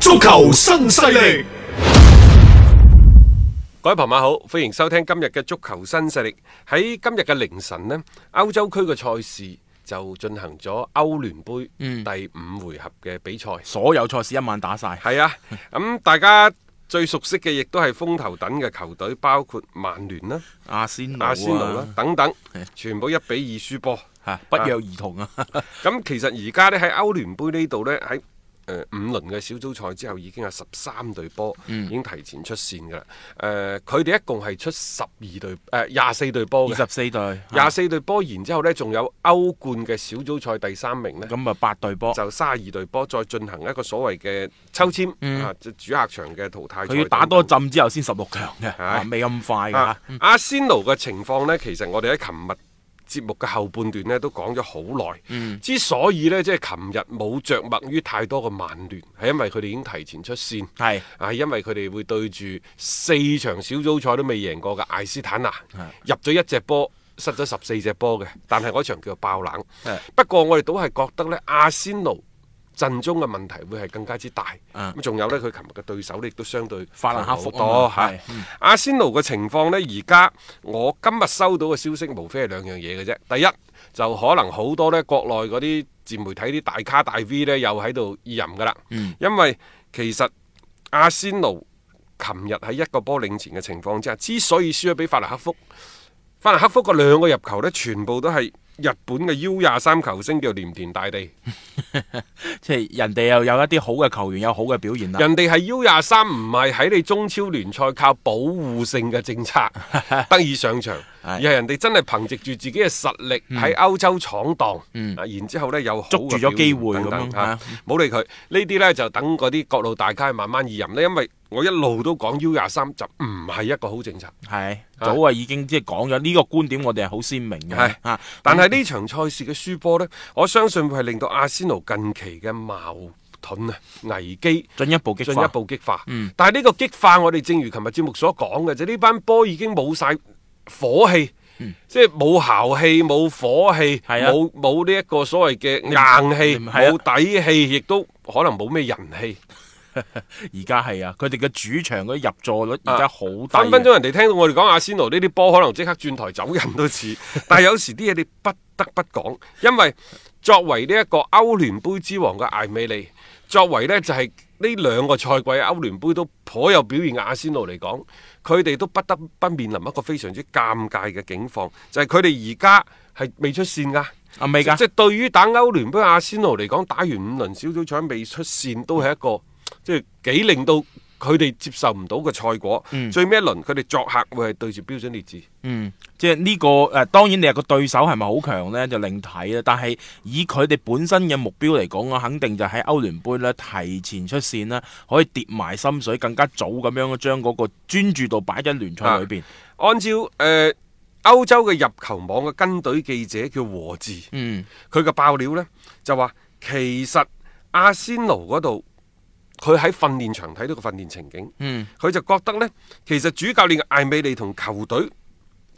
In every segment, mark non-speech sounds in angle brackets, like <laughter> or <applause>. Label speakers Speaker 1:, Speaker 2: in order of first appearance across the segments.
Speaker 1: 足球新勢力。
Speaker 2: 各位朋友好，歡迎收聽今日嘅足球新勢力。喺今日嘅凌晨呢，歐洲區嘅賽事就進行咗歐聯杯第五回合嘅比賽。
Speaker 3: 嗯所有賽事一晚打晒，
Speaker 2: 係啊，咁、大家最熟悉嘅亦都係風頭等嘅球隊，包括曼聯啦、
Speaker 3: 阿仙奴、啊、
Speaker 2: 阿仙奴啦等等
Speaker 3: 係，
Speaker 2: 全部一比二輸波。
Speaker 3: 嚇不約而同 <laughs> 啊！
Speaker 2: 咁其實而家呢，喺歐聯杯呢度呢，喺誒五輪嘅小組賽之後，已經有十三隊波
Speaker 3: 嗯
Speaker 2: 已經提前出線㗎啦。誒，佢哋一共係出十二隊誒廿四隊波
Speaker 3: 二
Speaker 2: 嘅
Speaker 3: 十。四
Speaker 2: <laughs>
Speaker 3: 隊，
Speaker 2: 廿四隊波，然之後呢，仲有歐冠嘅小組賽第三名呢，
Speaker 3: 咁啊八隊波，
Speaker 2: 就三十二隊波再進行一個所謂嘅抽籤、啊，即主客場嘅淘汰賽
Speaker 3: 嗯佢要打多
Speaker 2: 等等。
Speaker 3: 陣之後先十六強嘅，啊嗯未咁快㗎
Speaker 2: 啊
Speaker 3: 嚇。
Speaker 2: 阿仙奴嘅情況呢，其實我哋喺琴日。節目嘅後半段呢都講咗好耐，
Speaker 3: 嗯
Speaker 2: 之所以呢，即係琴日冇着墨於太多嘅曼聯，係因為佢哋已經提前出線，
Speaker 3: 係
Speaker 2: 啊，因為佢哋會對住四場小組賽都未贏過嘅艾斯坦拿，入咗一隻波，失咗十四隻波嘅，但係嗰場叫做爆冷
Speaker 3: 係。
Speaker 2: 不過我哋都係覺得呢，阿仙奴陣中嘅問題會係更加之大。
Speaker 3: 嗯
Speaker 2: 咁仲有呢，佢琴日嘅對手呢亦都相對
Speaker 3: 法蘭克福
Speaker 2: 強好多
Speaker 3: 啊嘛
Speaker 2: 嚇
Speaker 3: 係嗯
Speaker 2: 阿仙奴嘅情況呢，而家我今日收到嘅消息，無非係兩樣嘢嘅啫。第一就可能好多呢國內嗰啲自媒體啲大咖大 V 呢，又喺度意淫㗎啦，
Speaker 3: 嗯
Speaker 2: 因為其實阿仙奴琴日喺一個波領前嘅情況之下，之所以輸咗俾法蘭克福，法蘭克福個兩個入球呢，全部都係日本嘅 U 廿三球星叫鎌田大地。
Speaker 3: 即係人哋又有一啲好嘅球員有好嘅表現啦。
Speaker 2: 人哋係 U 廿三，唔係喺你中超聯賽靠保護性嘅政
Speaker 3: <laughs>
Speaker 2: 策得以上場，而係人哋真係憑藉住自己嘅實力喺歐洲闖蕩，啊然之後呢有好嘅
Speaker 3: 嗯捉住咗機會
Speaker 2: 表現等等
Speaker 3: 咁樣
Speaker 2: 嚇
Speaker 3: 啊
Speaker 2: 冇理佢呢啲呢，就等嗰啲各路大咖慢慢意淫呢，因為我一路都講 U 廿三就唔係一個好政策，
Speaker 3: 係早啊已經即係講咗呢個觀點，我哋係好鮮明嘅啊
Speaker 2: 係
Speaker 3: 嗯嚇。
Speaker 2: 但係呢場賽事嘅輸波呢，我相信會係令到阿仙奴近期嘅矛盾啊危機。
Speaker 3: 進一步激
Speaker 2: 進
Speaker 3: 化嗯
Speaker 2: 一，步激化。但係呢個激化，我哋正如琴日節目所講嘅啫，呢班波已經冇晒火氣。即係冇姣氣，冇火氣，
Speaker 3: 嗯係啊
Speaker 2: 冇冇呢一個所謂嘅硬氣，
Speaker 3: 你唔係啊
Speaker 2: 冇底氣，亦都可能冇咩人氣。
Speaker 3: 而家係啊，佢哋嘅主場嗰啲入座率而家好低啊，
Speaker 2: 分分鐘人哋聽到我哋講阿仙奴呢啲波，可能即刻轉台走人都
Speaker 3: <laughs>
Speaker 2: 似。但係有時啲嘢你不得不講，因為作為呢一個歐聯杯之王嘅艾美利，作為呢就係呢兩個賽季歐聯杯都頗有表現嘅阿仙奴嚟講，佢哋都不得不面臨一個非常之尷尬嘅境況，就係佢哋而家係未出線㗎。
Speaker 3: 啊未㗎
Speaker 2: 即係對於打歐聯杯阿仙奴嚟講，打完五輪小組賽未出線，都係一個即係幾令到佢哋接受唔到嘅賽果。最尾一輪佢哋作客會係對住標準列治，
Speaker 3: 嗯，即係呢、個誒、呃，當然你話個對手係咪好強呢？就另睇啦。但係以佢哋本身嘅目標嚟講，我肯定就喺歐聯杯咧提前出線啦，可以跌埋心水，更加早咁樣將嗰個專注度擺喺聯賽裏邊。
Speaker 2: 啊按照誒、呃、歐洲嘅入球網嘅跟隊記者叫和治，
Speaker 3: 嗯，
Speaker 2: 佢嘅爆料呢就話其實阿仙奴嗰度。佢喺訓練場睇到個訓練情景，
Speaker 3: 嗯
Speaker 2: 佢就覺得呢，其實主教練艾美利同球隊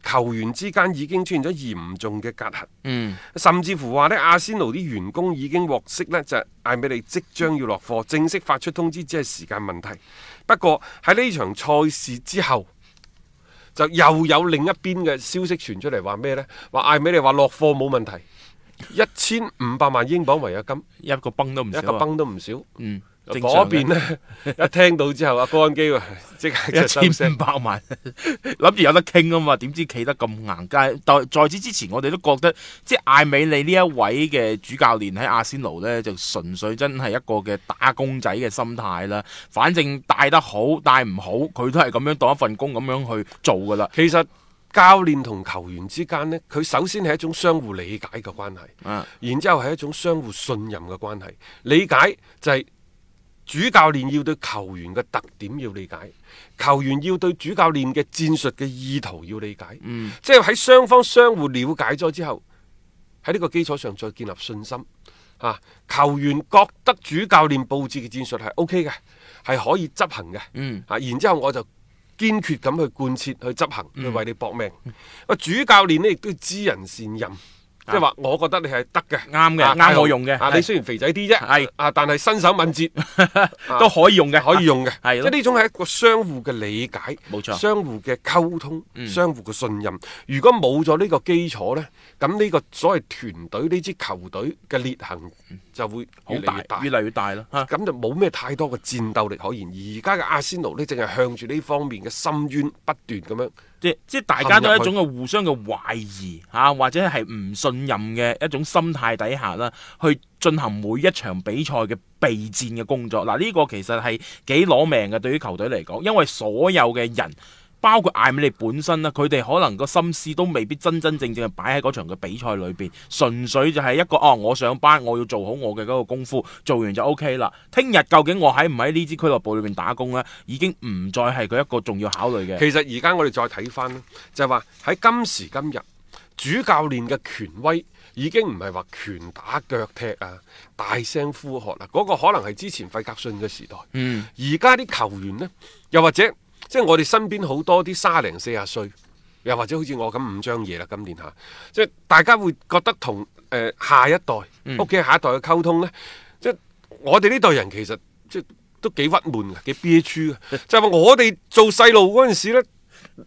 Speaker 2: 球員之間已經出現咗嚴重嘅隔閡。
Speaker 3: 嗯，
Speaker 2: 甚至乎話呢，阿仙奴啲員工已經獲悉呢，就係艾美利即將要落課，正式發出通知只係時間問題。不過喺呢場賽事之後，就又有另一邊嘅消息傳出嚟，話咩呢？話艾美利話落課冇問題，一千五百萬英鎊違約金，
Speaker 3: 一個崩都唔
Speaker 2: 一
Speaker 3: 少
Speaker 2: 個
Speaker 3: 啊。
Speaker 2: 崩都唔少。
Speaker 3: 嗯，正常
Speaker 2: 嗰
Speaker 3: 嘅
Speaker 2: 邊
Speaker 3: <laughs>
Speaker 2: 呢，一聽到之後，阿高安基話 <laughs> 即刻就收
Speaker 3: 一千五
Speaker 2: 聲。
Speaker 3: 百萬， <laughs> 諗住有得傾啊嘛，點知企得咁硬街。但在此之前，我哋都覺得即係艾美利呢一位嘅主教練喺阿仙奴呢，就純粹真係一個嘅打工仔嘅心態啦。反正帶得好，帶唔好，佢都係咁樣當一份工咁樣去做噶啦。
Speaker 2: 其實教練同球員之間呢，佢首先係一種相互理解嘅關係，
Speaker 3: 嗯
Speaker 2: 然之後係一種相互信任嘅關係。理解就係主教練要對球員嘅特點要理解，球員要對主教練嘅戰術嘅意圖要理解，
Speaker 3: 嗯
Speaker 2: 即係喺雙方相互了解咗之後，喺呢個基礎上再建立信心。啊！球員覺得主教練佈置嘅戰術係 O K 嘅，係可以執行嘅。
Speaker 3: 嗯
Speaker 2: 啊，然之後我就堅決咁去貫徹、去執行、
Speaker 3: 嗯
Speaker 2: 去為你搏命。啊，主教練呢亦都要知人善任，即係話我覺得你係得嘅，
Speaker 3: 啊啱嘅
Speaker 2: 啊
Speaker 3: 啱我
Speaker 2: 大雄
Speaker 3: 用嘅
Speaker 2: 啊，
Speaker 3: 係
Speaker 2: 你雖然肥仔啲啫，
Speaker 3: 係
Speaker 2: 啊，但係身手敏捷啊
Speaker 3: 都可以用嘅，
Speaker 2: 可以用嘅，
Speaker 3: 係
Speaker 2: 即
Speaker 3: 咯
Speaker 2: 係呢種係一個相互嘅理解，
Speaker 3: 冇錯嗯
Speaker 2: 相互嘅溝通，相互嘅信任。如果冇咗呢個基礎呢，咁呢個所謂團隊呢支球隊嘅裂痕就會
Speaker 3: 嗯啊好
Speaker 2: 越嚟越
Speaker 3: 大，越嚟越大啦。啊嚇
Speaker 2: 咁就冇咩太多嘅戰鬥力可言。而家嘅阿仙奴呢，淨係向住呢方面嘅深淵不斷咁樣。
Speaker 3: 即即大家都有一種嘅互相嘅懷疑嚇、啊或者係唔信任嘅一種心態底下啦，去進行每一場比賽嘅備戰嘅工作。嗱、呢、個其實係幾攞命嘅對於球隊嚟講，因為所有嘅人。包括艾米利本身啦，佢哋可能個心思都未必真真正正係擺喺嗰場嘅比賽裏邊，純粹就係一個哦，我上班我要做好我嘅嗰個功夫，做完就 O K 啦。聽日究竟我喺唔喺呢支俱樂部裏邊打工呢？已經唔再係佢一個重要考慮嘅。
Speaker 2: 其實而家我哋再睇翻呢，就係話喺今時今日，主教練嘅權威已經唔係話拳打腳踢啊、大聲呼喝啦，嗰、個可能係之前費格遜嘅時代。
Speaker 3: 嗯。
Speaker 2: 而家啲球員呢，又或者即係我哋身邊好多啲三零四十歲，又或者好似我咁五張嘢啦，今年嚇，即係大家會覺得同誒、呃下一代
Speaker 3: 嗯
Speaker 2: 屋企下一代嘅溝通呢，即係我哋呢代人其實即係都幾鬱悶嘅，幾憋屈嘅， <laughs> 就係話我哋做細路嗰陣時咧。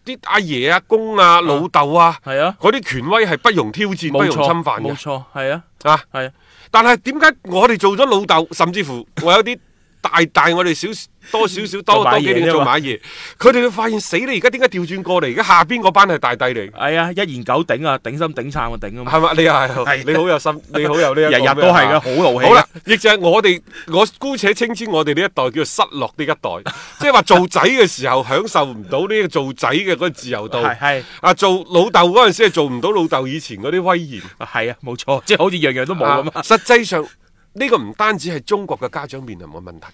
Speaker 2: 啲阿爺啊、公啊、老豆啊，
Speaker 3: 係啊
Speaker 2: 嗰啲權威係不容挑戰、不
Speaker 3: 冇
Speaker 2: 容
Speaker 3: 錯，
Speaker 2: 侵犯
Speaker 3: 冇
Speaker 2: 嘅，
Speaker 3: 錯，係啊，
Speaker 2: 啊！
Speaker 3: 係啊，
Speaker 2: 但係點解我哋做咗老豆，甚至乎我有啲大 <laughs> 大我哋少多少少多
Speaker 3: 做馬
Speaker 2: 多
Speaker 3: 爺
Speaker 2: 幾年
Speaker 3: 啫
Speaker 2: 做
Speaker 3: 嘛
Speaker 2: 馬爺，佢哋會發現死你而家點解調轉過嚟？而家下邊嗰班係大帝嚟，
Speaker 3: 係啊，一言九鼎啊，頂心頂撐啊，頂啊嘛，
Speaker 2: 係嘛？你又係，你好有心，你好
Speaker 3: <laughs>
Speaker 2: 有呢一個
Speaker 3: 日日都
Speaker 2: 咩啊
Speaker 3: 係嘅，好勞氣。
Speaker 2: 好啦，，亦就係我哋，我姑且稱之我哋呢一代叫做失落呢
Speaker 3: <laughs>
Speaker 2: 一代，即係話做仔嘅時候享受唔到呢個做仔嘅嗰個自由度，
Speaker 3: 係係
Speaker 2: 啊做老豆嗰陣時係做唔到老豆以前嗰啲威嚴。
Speaker 3: 係啊，冇錯， <laughs> 即係好似樣樣都冇咁啊。
Speaker 2: 啊實際上呢、個唔單止係中國嘅家長面臨嘅問題，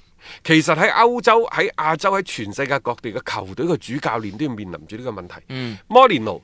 Speaker 2: 其實喺歐洲、喺亞洲、喺全世界各地嘅球隊嘅主教練都要面臨住呢個問題。摩連奴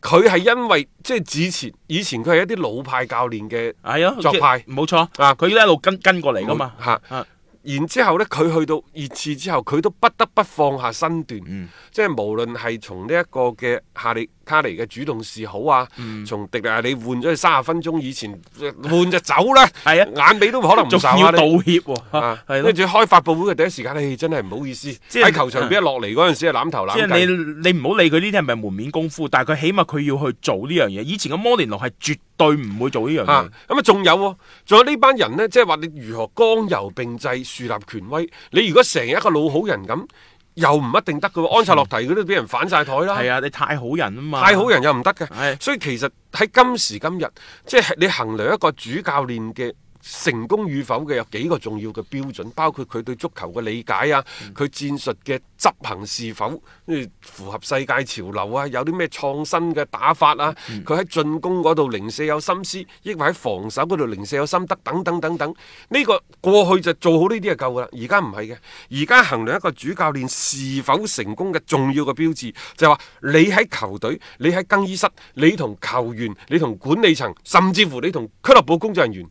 Speaker 2: 佢係因為即係之前以前佢係一啲老派教練嘅
Speaker 3: 係啊，
Speaker 2: 作
Speaker 3: 即係
Speaker 2: 派
Speaker 3: 冇錯
Speaker 2: 啊
Speaker 3: 佢一路跟跟過嚟噶嘛。
Speaker 2: 嚇。
Speaker 3: 啊
Speaker 2: 然之後呢，佢去到熱刺之後，佢都不得不放下身段，
Speaker 3: 嗯
Speaker 2: 即係無論係從呢一個嘅夏利卡尼嘅主動示好啊，
Speaker 3: 嗯
Speaker 2: 從迪亞你換咗佢三十分鐘以前 <laughs> 呃換就走啦，
Speaker 3: 係
Speaker 2: 眼尾都可能唔
Speaker 3: 仲
Speaker 2: 受啊
Speaker 3: 要
Speaker 2: 你
Speaker 3: 道歉喎，
Speaker 2: 啊
Speaker 3: 嚇係咯
Speaker 2: 跟。住開發佈會嘅第一時間，唉，真係唔好意思，
Speaker 3: 即係啊
Speaker 2: 喺球場邊一落嚟嗰陣時係攬頭
Speaker 3: 即
Speaker 2: 攬
Speaker 3: 係
Speaker 2: 計，
Speaker 3: 你你唔好理佢呢啲係咪門面功夫，但係佢起碼佢要去做呢樣嘢。以前嘅摩連奴係絕對唔會做呢樣
Speaker 2: 啊
Speaker 3: 嘢。
Speaker 2: 咁啊仲有喎，仲有呢班人呢，即係話你如何剛柔並濟、樹立權威？你如果成一個老好人咁，又唔一定得嘅喎。安察洛提嗰啲都俾人反晒台啦，
Speaker 3: 係啊，你太好人啊嘛，
Speaker 2: 太好人又唔得嘅。
Speaker 3: 係
Speaker 2: 所以其實喺今時今日，即係你衡量一個主教練嘅。成功與否嘅有幾個重要嘅標準，包括佢對足球嘅理解啊，
Speaker 3: 嗯
Speaker 2: 佢戰術嘅執行是否呃符合世界潮流啊，有啲咩創新嘅打法啊，
Speaker 3: 嗯
Speaker 2: 佢喺進攻嗰度零舍有心思，抑或喺防守嗰度零舍有心得等等等等。呢、個過去就做好呢啲就夠噶啦，而家唔係嘅，而家衡量一個主教練是否成功嘅重要嘅標誌，就係話你喺球隊、你喺更衣室、你同球員、你同管理層，甚至乎你同俱樂部工作人員。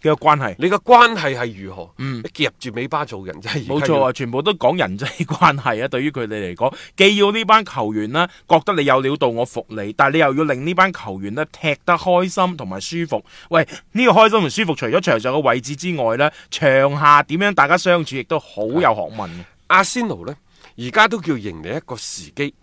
Speaker 3: 嘅關係。
Speaker 2: 你嘅關係係如何？你夾住尾巴做人真係
Speaker 3: 嗯冇
Speaker 2: 而家
Speaker 3: 錯
Speaker 2: 要
Speaker 3: 啊，全部都講人際關係啊。對於佢哋嚟講，既要呢班球員啦，覺得你有料到我服你，但係你又要令呢班球員咧踢得開心同埋舒服。喂，呢、個開心同舒服，除咗場上嘅位置之外咧，場下點樣大家相處亦都好有學問嘅。
Speaker 2: 阿仙奴呢，而家都叫迎嚟一個時機。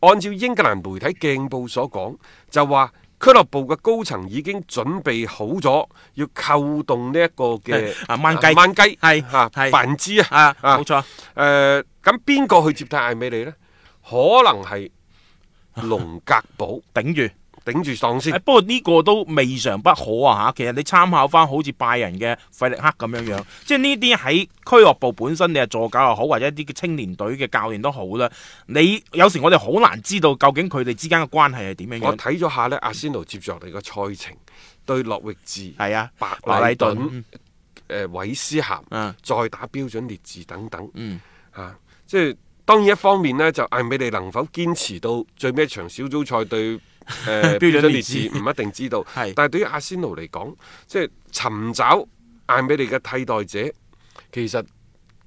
Speaker 2: 按照英格蘭媒體鏡報所講，就話俱樂部嘅高層已經準備好咗，要扣動呢一個嘅
Speaker 3: <laughs> 啊掹雞
Speaker 2: 掹雞
Speaker 3: 係
Speaker 2: 嚇
Speaker 3: 係
Speaker 2: 扮資啊
Speaker 3: 啊，冇錯，
Speaker 2: 誒，咁邊個去接替艾美利呢？可
Speaker 3: <laughs>
Speaker 2: 能係龍格堡
Speaker 3: 頂住。
Speaker 2: 頂住檔先
Speaker 3: 誒。哎不過呢個都未嘗不可啊嚇，其實你參考翻好似拜仁嘅費力克咁樣樣，即係呢啲喺俱樂部本身你係助教又好，或者一啲嘅青年隊嘅教練都好啦。你有時我哋好難知道究竟佢哋之間嘅關係係點樣樣。
Speaker 2: 我睇咗下呢，阿仙奴接落嚟嘅賽程對諾域治、
Speaker 3: 係啊，
Speaker 2: 白
Speaker 3: 白禮
Speaker 2: 禮
Speaker 3: 頓
Speaker 2: 頓、誒韋斯咸，
Speaker 3: 嗯
Speaker 2: 再打標準列治等等。
Speaker 3: 嗯，
Speaker 2: 啊，即係當然一方面呢，就艾美利能否堅持到最尾一場小組賽對誒、
Speaker 3: <laughs>
Speaker 2: 呃、
Speaker 3: 標準
Speaker 2: 標準
Speaker 3: 列
Speaker 2: 列
Speaker 3: 治
Speaker 2: 治，唔一定知道。
Speaker 3: 係
Speaker 2: 但係對於阿仙奴嚟講，即係尋找艾美利嘅替代者，其實。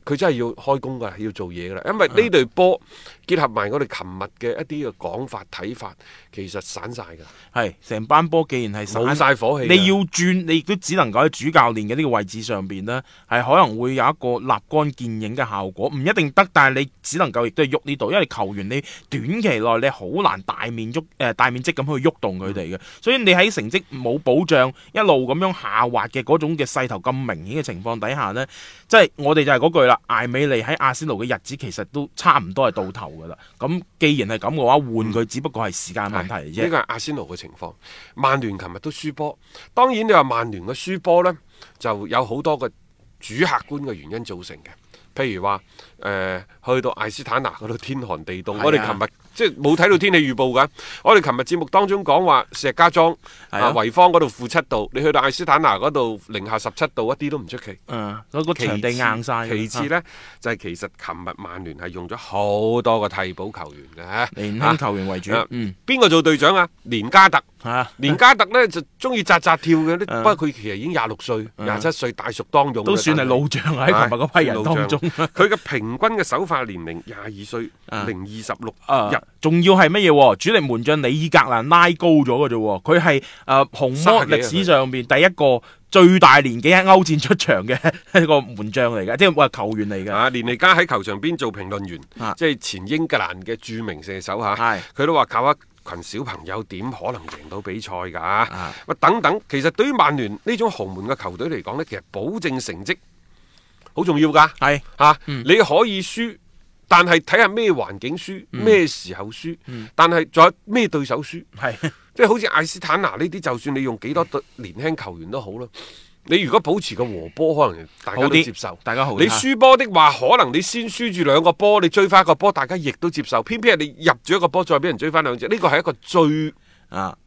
Speaker 2: 佢真係要開工㗎，要做嘢㗎啦。因為呢隊波結合埋我哋琴日嘅一啲嘅講法睇法，其實散晒㗎，
Speaker 3: 係成班波既然係
Speaker 2: 冇
Speaker 3: 散。
Speaker 2: 晒火氣㗎。
Speaker 3: 你要轉，你亦都只能夠喺主教練嘅呢個位置上邊呢，係可能會有一個立竿見影嘅效果，唔一定得，但係你只能夠亦都係喐呢度，因為球員你短期內你好難大面喐誒、呃大面積咁去喐動佢
Speaker 2: 嗯
Speaker 3: 哋嘅，所以你喺成績冇保障，一路咁樣下滑嘅嗰種嘅勢頭咁明顯嘅情況底下呢，即係我哋就係嗰句啦，艾美利喺阿仙奴嘅日子其實都差唔多係到頭㗎啦。咁既然係咁嘅話，換佢只不過係時間問題嚟
Speaker 2: 呢
Speaker 3: 啫。
Speaker 2: 個係阿仙奴嘅情況。曼聯琴日都輸波，當然你話曼聯嘅輸波呢，就有好多個主客觀嘅原因造成嘅。譬如話，誒、去到艾斯坦拿嗰度天寒地凍，
Speaker 3: 係啊
Speaker 2: 我哋琴日即係冇睇到天氣預報㗎。我哋琴日節目當中講話石家莊
Speaker 3: 係
Speaker 2: 啊
Speaker 3: 啊
Speaker 2: 維芳嗰度負七度，你去到艾斯坦拿嗰度零下十七度，一啲都唔出奇。
Speaker 3: 嗯，嗰個
Speaker 2: 其
Speaker 3: 場地
Speaker 2: 次
Speaker 3: 硬晒㗎。啊
Speaker 2: 其次呢，就係、其實琴日曼聯係用咗好多個替補球員嘅嚇，
Speaker 3: 年輕球員為主
Speaker 2: 啊，
Speaker 3: 嗯
Speaker 2: 邊個做隊長啊？連加特。
Speaker 3: 吓，
Speaker 2: 連加特呢就中意扎扎跳嘅，呢
Speaker 3: 嗯
Speaker 2: 不過佢其實已經廿六歲、廿七歲大熟當用
Speaker 3: 啊
Speaker 2: 嘅，
Speaker 3: 都算係
Speaker 2: 但
Speaker 3: 老將啊喺琴日嗰批人當中
Speaker 2: 係算老將佢嘅平均嘅首發年齡廿二歲
Speaker 3: 啊
Speaker 2: 零二十六
Speaker 3: 啊
Speaker 2: 入。
Speaker 3: 仲要係乜嘢喎？主力門將里爾格蘭拉高咗嘅啫喎，佢係誒紅魔
Speaker 2: 卅幾啊
Speaker 3: 歷史上邊第一個最大年紀喺歐戰出場嘅 <laughs> 一個門將嚟嘅，即係話球員嚟嘅。
Speaker 2: 啊！連尼加喺球場邊做評論員
Speaker 3: 啊，
Speaker 2: 即係前英格蘭嘅著名射手嚇
Speaker 3: 係，
Speaker 2: 佢都話教一群小朋友點可能贏到比賽㗎？
Speaker 3: 啊
Speaker 2: 喂等等，其實對於曼聯呢種豪門嘅球隊嚟講呢其實保證成績好重要㗎。
Speaker 3: 係
Speaker 2: 嚇、
Speaker 3: 嗯
Speaker 2: 你可以輸，但係睇下咩環境輸，
Speaker 3: 嗯
Speaker 2: 咩、時候輸，但係仲有咩對手輸，
Speaker 3: 係嗯
Speaker 2: 即係好似艾斯坦拿呢啲，就算你用幾多對年輕球員都好啦，你如果保持個和波，可能大家
Speaker 3: 好
Speaker 2: 都
Speaker 3: 啲
Speaker 2: 接受。
Speaker 3: 大家好啲啊
Speaker 2: 你輸波的話，可能你先輸住兩個波，你追翻一個波，大家亦都接受。偏偏係你入咗一個波，再俾人追翻兩隻，呢個係一個最
Speaker 3: 啊，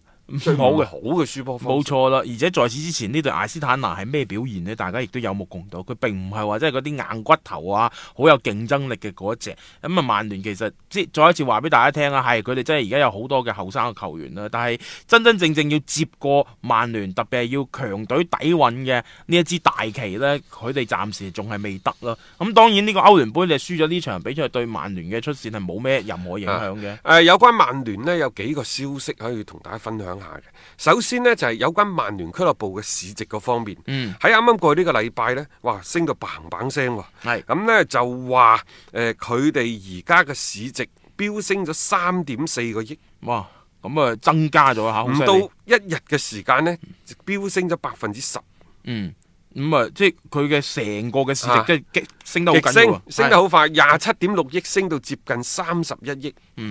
Speaker 2: 最
Speaker 3: 好嘅
Speaker 2: 唔好嘅輸波方
Speaker 3: 冇
Speaker 2: 式。
Speaker 3: 錯啦，而且在此之前呢隊艾斯坦啊拿係咩表現呢？大家亦都有目共睹，佢並唔係話即係嗰啲硬骨頭啊，好有競爭力嘅嗰一隻。咁啊，曼聯其實即係再一次話俾大家聽啊，係佢哋真係而家有好多嘅後生嘅球員啦，但係真真正正要接過曼聯，特別係要強隊底蘊嘅呢一支大旗呢，佢哋暫時仲係未得咯。咁當然呢個歐聯杯你輸咗呢場比賽，對曼聯嘅出線係冇咩任何影響嘅
Speaker 2: 誒、。呃有關曼聯呢，有幾個消息可以同大家分享下嘅。首先呢，就係、有關曼聯俱樂部嘅市值嗰方面，
Speaker 3: 嗯
Speaker 2: 喺啱啱過去呢個禮拜呢，哇，升到砰砰聲喎。
Speaker 3: 係
Speaker 2: 咁呢，就話誒，佢哋而家嘅市值飆升咗三點四個億，
Speaker 3: 哇，咁啊增加咗嚇，好
Speaker 2: 唔
Speaker 3: 犀
Speaker 2: 到
Speaker 3: 利。
Speaker 2: 一日嘅時間呢，就飆升咗百分之十，
Speaker 3: 嗯，咁啊，即係佢嘅成個嘅市
Speaker 2: 啊
Speaker 3: 值，即係激升得好
Speaker 2: 逆
Speaker 3: 緊要
Speaker 2: 升
Speaker 3: 啊，
Speaker 2: 升得好快，廿七點六億升到接近三十一億，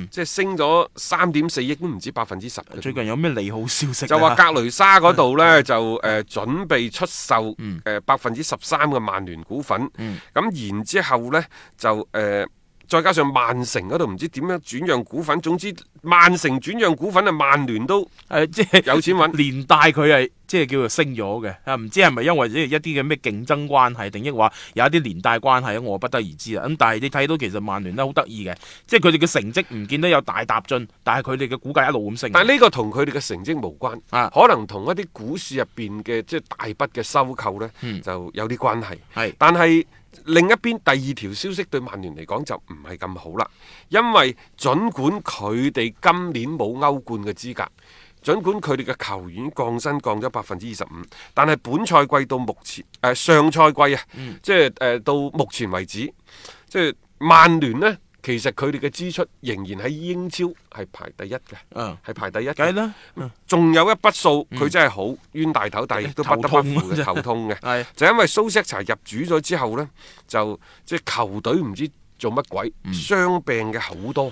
Speaker 2: 即係升咗三點四億都唔止百分之十。
Speaker 3: 係嗯最近有咩利好消息啊？
Speaker 2: 就話格雷沙嗰度呢，就誒、呃、準備出售
Speaker 3: 嗯
Speaker 2: 誒百分之十三嘅曼聯股份，咁、
Speaker 3: 嗯
Speaker 2: 然之後呢，就誒、呃再加上曼城嗰度唔知點樣轉讓股份，總之曼城轉讓股份啊，曼聯都
Speaker 3: 誒，即 <laughs> 係
Speaker 2: 有錢揾。
Speaker 3: 連帶佢係即係叫做升咗嘅啊，唔知係咪因為即係一啲嘅咩競爭關係，定抑話有一啲連帶關係，我不得而知啊啦。咁但係你睇到其實曼聯咧好得意嘅，即係佢哋嘅成績唔見得有大踏進，但係佢哋嘅股價一路咁升。
Speaker 2: 但係呢個同佢哋嘅成績無關，
Speaker 3: 啊
Speaker 2: 可能同一啲股市入邊嘅即係大筆嘅收購呢，
Speaker 3: 嗯
Speaker 2: 就有啲關係。
Speaker 3: 係
Speaker 2: 但係另一邊第二條消息對曼聯嚟講就唔係咁好啦，因為儘管佢哋今年冇歐冠嘅資格。儘管佢哋嘅球員降薪降咗百分之二十五，但係本賽季到目前，誒、呃
Speaker 3: 嗯
Speaker 2: 上賽季啊，即係誒、到目前為止，即係曼聯呢，其實佢哋嘅支出仍然喺英超係排第一嘅，
Speaker 3: 嗯，
Speaker 2: 係排第一嘅。嗯
Speaker 3: 梗係啦，嗯
Speaker 2: 仲有一筆數，佢真係好冤大頭，但係亦都不得不負嘅頭
Speaker 3: 頭啊
Speaker 2: 痛嘅。
Speaker 3: <laughs> 係
Speaker 2: 就因為蘇斯查入主咗之後呢，就即係球隊唔知做乜鬼，
Speaker 3: 嗯
Speaker 2: 傷病嘅好多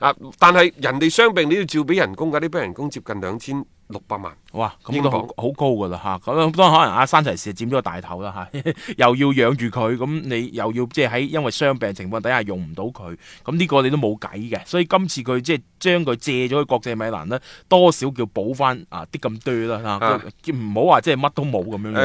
Speaker 2: 啊！但係人哋傷病你要照俾人工㗎，呢筆人工接近兩千六百萬。
Speaker 3: 哇，咁
Speaker 2: 英
Speaker 3: 都
Speaker 2: 鎊
Speaker 3: 好好高噶啦吓，咁樣當然可能阿山提士佔咗個大頭啦吓， <laughs> 又要養住佢，咁你又要即係喺因為傷病情況底下用唔到佢，咁呢個你都冇計嘅，所以今次佢即係將佢借咗去國際米蘭呢，多少叫補翻啊啲咁多啦
Speaker 2: 啊
Speaker 3: 吓，唔好話即係乜都冇咁樣
Speaker 2: 誒、
Speaker 3: 樣。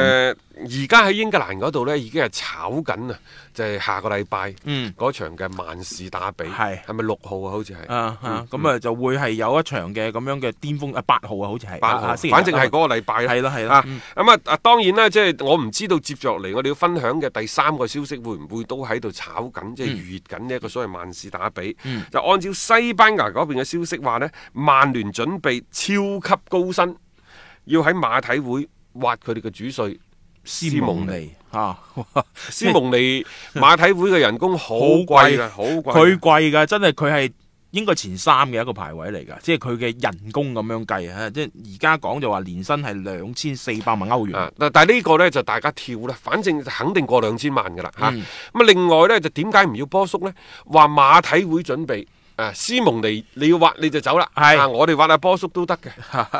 Speaker 2: 而家喺英格蘭嗰度呢，已經係炒緊啊！就係、下個禮拜
Speaker 3: 嗯
Speaker 2: 嗰場嘅曼市打比，
Speaker 3: 係
Speaker 2: 係咪六號啊？好似係
Speaker 3: 啊啊咁啊就會係有一場嘅咁樣嘅巔峰啊八號啊，好似係
Speaker 2: 八
Speaker 3: 啊
Speaker 2: 號，
Speaker 3: 啊星期日
Speaker 2: 反正係嗰個禮拜啦。
Speaker 3: 係啦係啦
Speaker 2: 啊
Speaker 3: 嗯
Speaker 2: 咁啊啊，當然啦，即係我唔知道接落嚟我哋要分享嘅第三個消息會唔會都喺度炒緊，
Speaker 3: 嗯
Speaker 2: 即係預熱緊呢一個所謂曼市打比。就按照西班牙嗰邊嘅消息話呢，曼聯準備超級高薪，要喺馬體會挖佢哋嘅主帥
Speaker 3: 斯蒙。尼啊。
Speaker 2: 斯蒙 <laughs> 尼馬體會嘅人工好貴㗎，好貴。
Speaker 3: 佢貴㗎，真係佢係應該前三嘅一個排位嚟㗎，即係佢嘅人工咁樣計啊！即係而家講就話年薪係兩千四百萬歐元，
Speaker 2: 啊！但但呢個呢，就大家跳啦，反正肯定過兩千萬㗎啦嚇。咁、啊另外呢，就點解唔要波叔呢？話馬體會準備。啊，斯蒙尼你要挖你就走啦，
Speaker 3: 係
Speaker 2: 啊，我哋挖阿波叔都得嘅，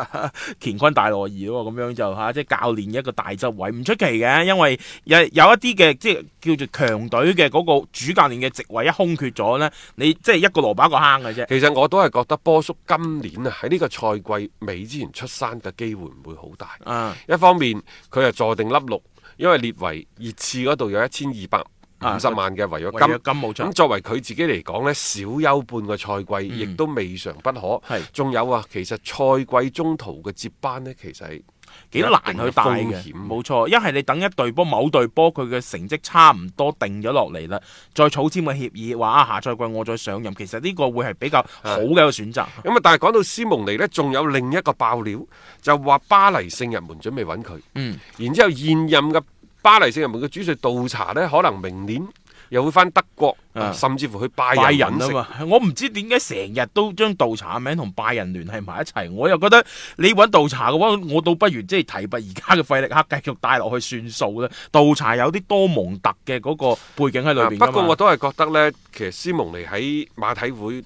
Speaker 3: <laughs> 乾坤大挪移咯，咁樣就嚇，即係教練一個大執位，唔出奇嘅，因為有有一啲嘅即係叫做強隊嘅嗰個主教練嘅席位一空缺咗呢，你即係一個蘿蔔一個坑嘅啫。
Speaker 2: 其實我都係覺得波叔今年啊喺呢個賽季尾之前出山嘅機會唔會好大。
Speaker 3: 啊
Speaker 2: 一方面佢係坐定粒六，因為列維熱刺嗰度有一千二百五十萬嘅違約
Speaker 3: 啊違
Speaker 2: 金
Speaker 3: 約，金冇錯
Speaker 2: 咁作為佢自己嚟講呢，少休半個賽季，亦都未嘗不可
Speaker 3: 嗯係。
Speaker 2: 仲有啊，其實賽季中途嘅接班呢，其實係
Speaker 3: 幾難去帶嘅，冇錯。一係你等一隊波某隊波佢嘅成績差唔多定咗落嚟啦，再草簽個協議，話啊下賽季我再上任，其實呢個會係比較好嘅一個選擇。
Speaker 2: 咁啊，但係講到斯蒙尼呢，仲有另一個爆料，就話巴黎聖日門準備揾佢。
Speaker 3: 嗯，
Speaker 2: 然之後現任嘅巴黎聖日門嘅主帥杜查呢，可能明年又會翻德國，
Speaker 3: 啊
Speaker 2: 甚至乎去拜
Speaker 3: 拜
Speaker 2: 仁
Speaker 3: 仁
Speaker 2: 揾
Speaker 3: 啊
Speaker 2: 食
Speaker 3: 嘛，我唔知點解成日都將倒查名同拜仁聯繫埋一齊，我又覺得你揾倒查嘅話，我倒不如即係提拔而家嘅費力克繼續帶落去算數啦。倒查有啲多蒙特嘅嗰個背景喺裏
Speaker 2: 啊
Speaker 3: 邊㗎嘛
Speaker 2: 不過我都係覺得呢，其實斯蒙尼喺馬體會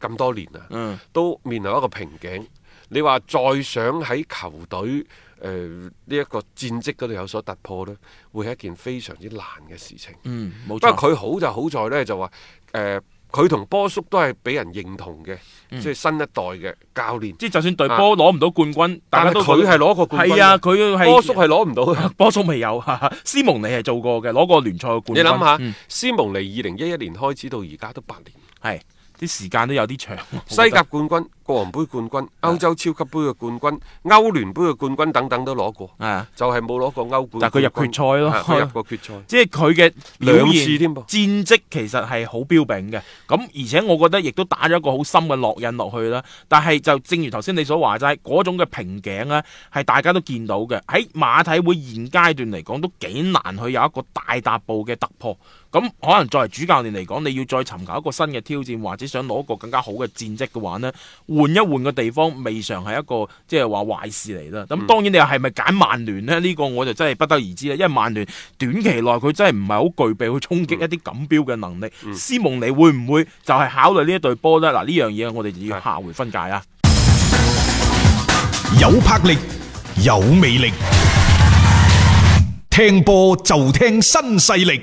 Speaker 2: 咁多年啊，
Speaker 3: 嗯
Speaker 2: 都面臨一個瓶頸。你話再想喺球隊誒呢一個戰績嗰度有所突破呢，會係一件非常之難嘅事情。
Speaker 3: 嗯冇
Speaker 2: 不過
Speaker 3: 錯。
Speaker 2: 佢好就好在呢，就話誒，佢、同波叔都係俾人認同嘅，
Speaker 3: 嗯
Speaker 2: 即係新一代嘅教練。
Speaker 3: 即係就算隊波攞唔到冠軍，大
Speaker 2: 啊但
Speaker 3: 家
Speaker 2: 係
Speaker 3: 都
Speaker 2: 佢係攞過冠軍嘅
Speaker 3: 係啊，佢係
Speaker 2: 波叔係攞唔到
Speaker 3: <laughs>
Speaker 2: 啊嘅。
Speaker 3: 波叔未有，哈哈斯蒙尼係做過嘅，攞過聯賽嘅
Speaker 2: 你
Speaker 3: 冠軍。
Speaker 2: 諗下，
Speaker 3: 嗯
Speaker 2: 斯蒙尼二零一一年開始到而家都八年，
Speaker 3: 係啲時間都有啲長。
Speaker 2: 西甲冠軍、國王杯冠軍、歐洲超級杯嘅冠軍、歐聯杯嘅冠軍等等都攞過，
Speaker 3: 啊，
Speaker 2: 就係冇攞過歐冠。
Speaker 3: 但係佢入決賽咯
Speaker 2: 啊佢入過決賽。
Speaker 3: 即係佢嘅表
Speaker 2: 兩
Speaker 3: 現
Speaker 2: 次添噃
Speaker 3: 戰績其實係好標炳嘅。咁而且我覺得亦都打咗一個好深嘅烙印落去啦。但係就正如頭先你所話齋，嗰種嘅瓶頸呢，係大家都見到嘅。喺馬體會現階段嚟講，都幾難去有一個大踏步嘅突破。咁可能作為主教練嚟講，你要再尋求一個新嘅挑戰，或者想攞一個更加好嘅戰績嘅話呢，換一換個地方，未嘗係一個即係話壞事嚟啦。咁當然你話係咪揀曼聯呢？呢、個我就真係不得而知啦，因為曼聯短期內佢真係唔係好具備去衝擊一啲錦標嘅能力。斯蒙尼會唔會就係考慮呢一隊波呢？嗱，呢樣嘢我哋就要下回分解啊。
Speaker 1: 有魄力，有魅力，聽波就聽新勢力。